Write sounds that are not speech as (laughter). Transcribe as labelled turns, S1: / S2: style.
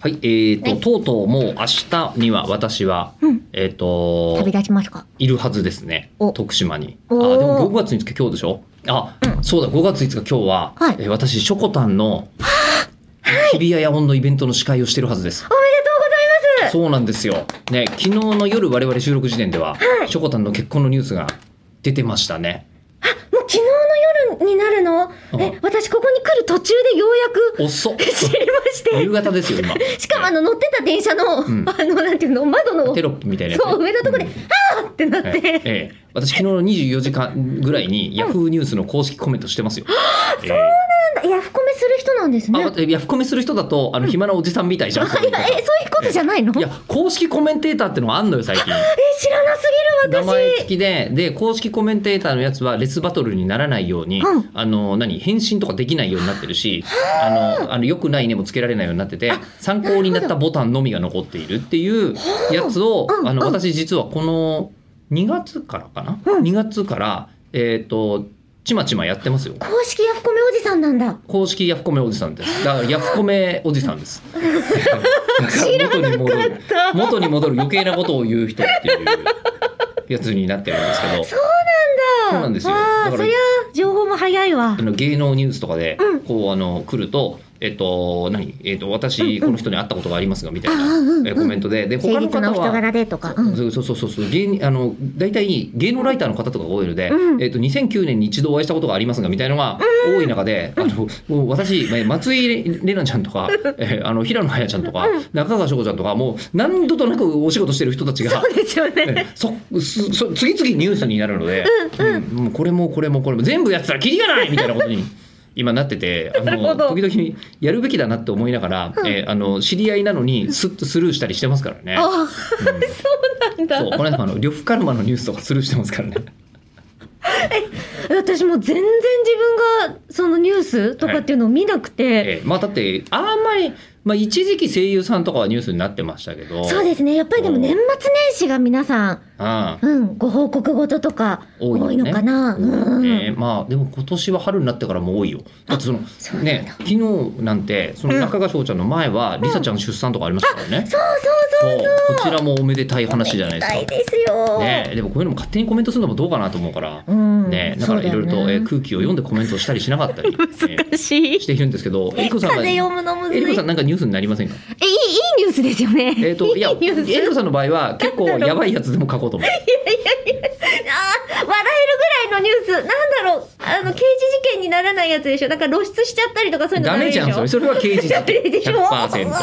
S1: はい、えっ、と、
S2: はい
S1: とうとうもう明日には私は、
S2: うん
S1: えっ、と
S2: 旅、立ちますか
S1: いるはずですね
S2: お。
S1: 徳島に。あ、で
S2: おー
S1: も5月5日今日でしょあ、
S2: うん
S1: そうだ、5月5日今日は、
S2: はい
S1: えー私、ショコタンの、日比谷野音のイベントの司会をしてるはずです。
S2: おめでとうございます
S1: そうなんですよ。ね、昨日の夜我々収録時点では、ショコタンの結婚のニュースが出てましたね。
S2: もう昨日の夜になるの、
S1: うん
S2: え私ここに来る途中でようやく
S1: 遅
S2: (laughs)
S1: っ
S2: 知りまして
S1: 夕方ですよ、今。
S2: (laughs) しかもあの乗ってた電車の、
S1: ん
S2: あのなんていうの窓の
S1: テロップみたいなやつね
S2: そう上のとこで、
S1: うん
S2: あーってなっ
S1: ええ
S2: て、
S1: ええ私昨日の24時間ぐらいにヤフーニュースの公式コメントしてますよ。ええ
S2: いや深めする人なんですね
S1: あえヤフコメする人だとあの暇なおじさんみたいじゃん。
S2: (laughs) あいやえそういうことじゃないの
S1: いや公式コメンテーターってのがあんのよ最近。
S2: え知らなすぎる
S1: 名
S2: 私
S1: 前付きでで公式コメンテーターのやつはレスバトルにならないように、
S2: うん
S1: あの何返信とかできないようになってるしあのあのよくないねもつけられないようになってて参考になったボタンのみが残っているっていうやつを、
S2: うん
S1: あの
S2: うん
S1: 私実はこの2月からかな、
S2: うん
S1: 2月からえっ、とちまちまやってますよ。
S2: 公式ヤフコメおじさんなんだ
S1: 公式ヤフコメおじさんです。だからヤフコメおじさん
S2: (laughs)
S1: です。だから元に戻る元に戻る余計なことを言う人っていうやつになってるんですけ
S2: (laughs)
S1: ど、そうなんですよだか
S2: あー
S1: ら
S2: そりゃ情報も早いわ
S1: あの芸能ニュースとかで
S2: うん
S1: こうあの来ると。えっと、何えっと、私、この人に会ったことがありますが、みたい
S2: あうんうん
S1: なえコメントで。で、他
S2: 誠
S1: の
S2: 実なお
S1: 方
S2: 人
S1: は、
S2: 柄でとか、うん
S1: そうそうそうそうそう芸人あの大体芸能ライターの方とかが多いので、
S2: うん
S1: えっと2009年に一度お会いしたことがありますがみたいなのが多い中で、あのもう私まあ松井玲奈ちゃんと
S2: (laughs)
S1: か、えーあの平野綾ちゃんとか、中川翔子ちゃんとかもう何度となくお仕事してる人たちが
S2: そ。うですよね
S1: えーそそそ次々ニュースになるので、うんもうこれもこれもこれも全部やってたらキリがないみたいなことに (laughs) 今なっててあ
S2: なるほ
S1: の
S2: ど
S1: 時々やるべきだなって思いながら、えーあの知り合いなのにスッとスルーしたりしてますからね。
S2: あ、そうな
S1: そ
S2: ん
S1: う
S2: だ。
S1: この間もあの呂布カルマのニュースとかスルーしてますからね。
S2: 私もう全然自分がそのニュースとかっていうのを見なくて、
S1: ええまあだってあんまり、まあ、一時期声優さんとかはニュースになってましたけど
S2: そうですね。やっぱりでも
S1: お
S2: 年末年始が皆さん、
S1: ああ
S2: うん、ご報告事とか
S1: 多いよ
S2: 多
S1: ね
S2: いのかな。うん
S1: ええまあでも今年は春になってからも多いよだってその
S2: そうなんだ
S1: ね昨日なんてその中川翔ちゃんの前は、りさちゃん出産とかありましたからね、
S2: そうそうそう
S1: そうこちらもおめでたい話じゃないです
S2: 痛い
S1: か。
S2: ですよ。
S1: ねえでもこういうのも勝手にコメントするのもどうかなと思うから、
S2: うん
S1: ねえだからいろいろと、
S2: そうだ
S1: えー
S2: よね
S1: 空気を読んでコメントしたりしなかった
S2: (laughs)
S1: り、え
S2: 難し
S1: え
S2: い
S1: し。ているんですけどえりこさんが
S2: 風
S1: え
S2: 読むのむずい。え、い
S1: りこ
S2: いいい
S1: さんなんかニュースになりませんか
S2: ニュースですよね。
S1: えっ、
S2: (laughs)
S1: と、いや、
S2: いいニュース。
S1: エイトさんの場合は結構やばいやつでも書こうと
S2: (laughs)
S1: 思う。
S2: あー笑えるぐらいのニュース、なんだろう、あの刑事事件にならないやつでしょ、なんか露出しちゃったりとかそういうの
S1: ダメじゃん、それ。それは刑事だ。
S2: (laughs) ダメでしょ。うわ
S1: 100%。
S2: なん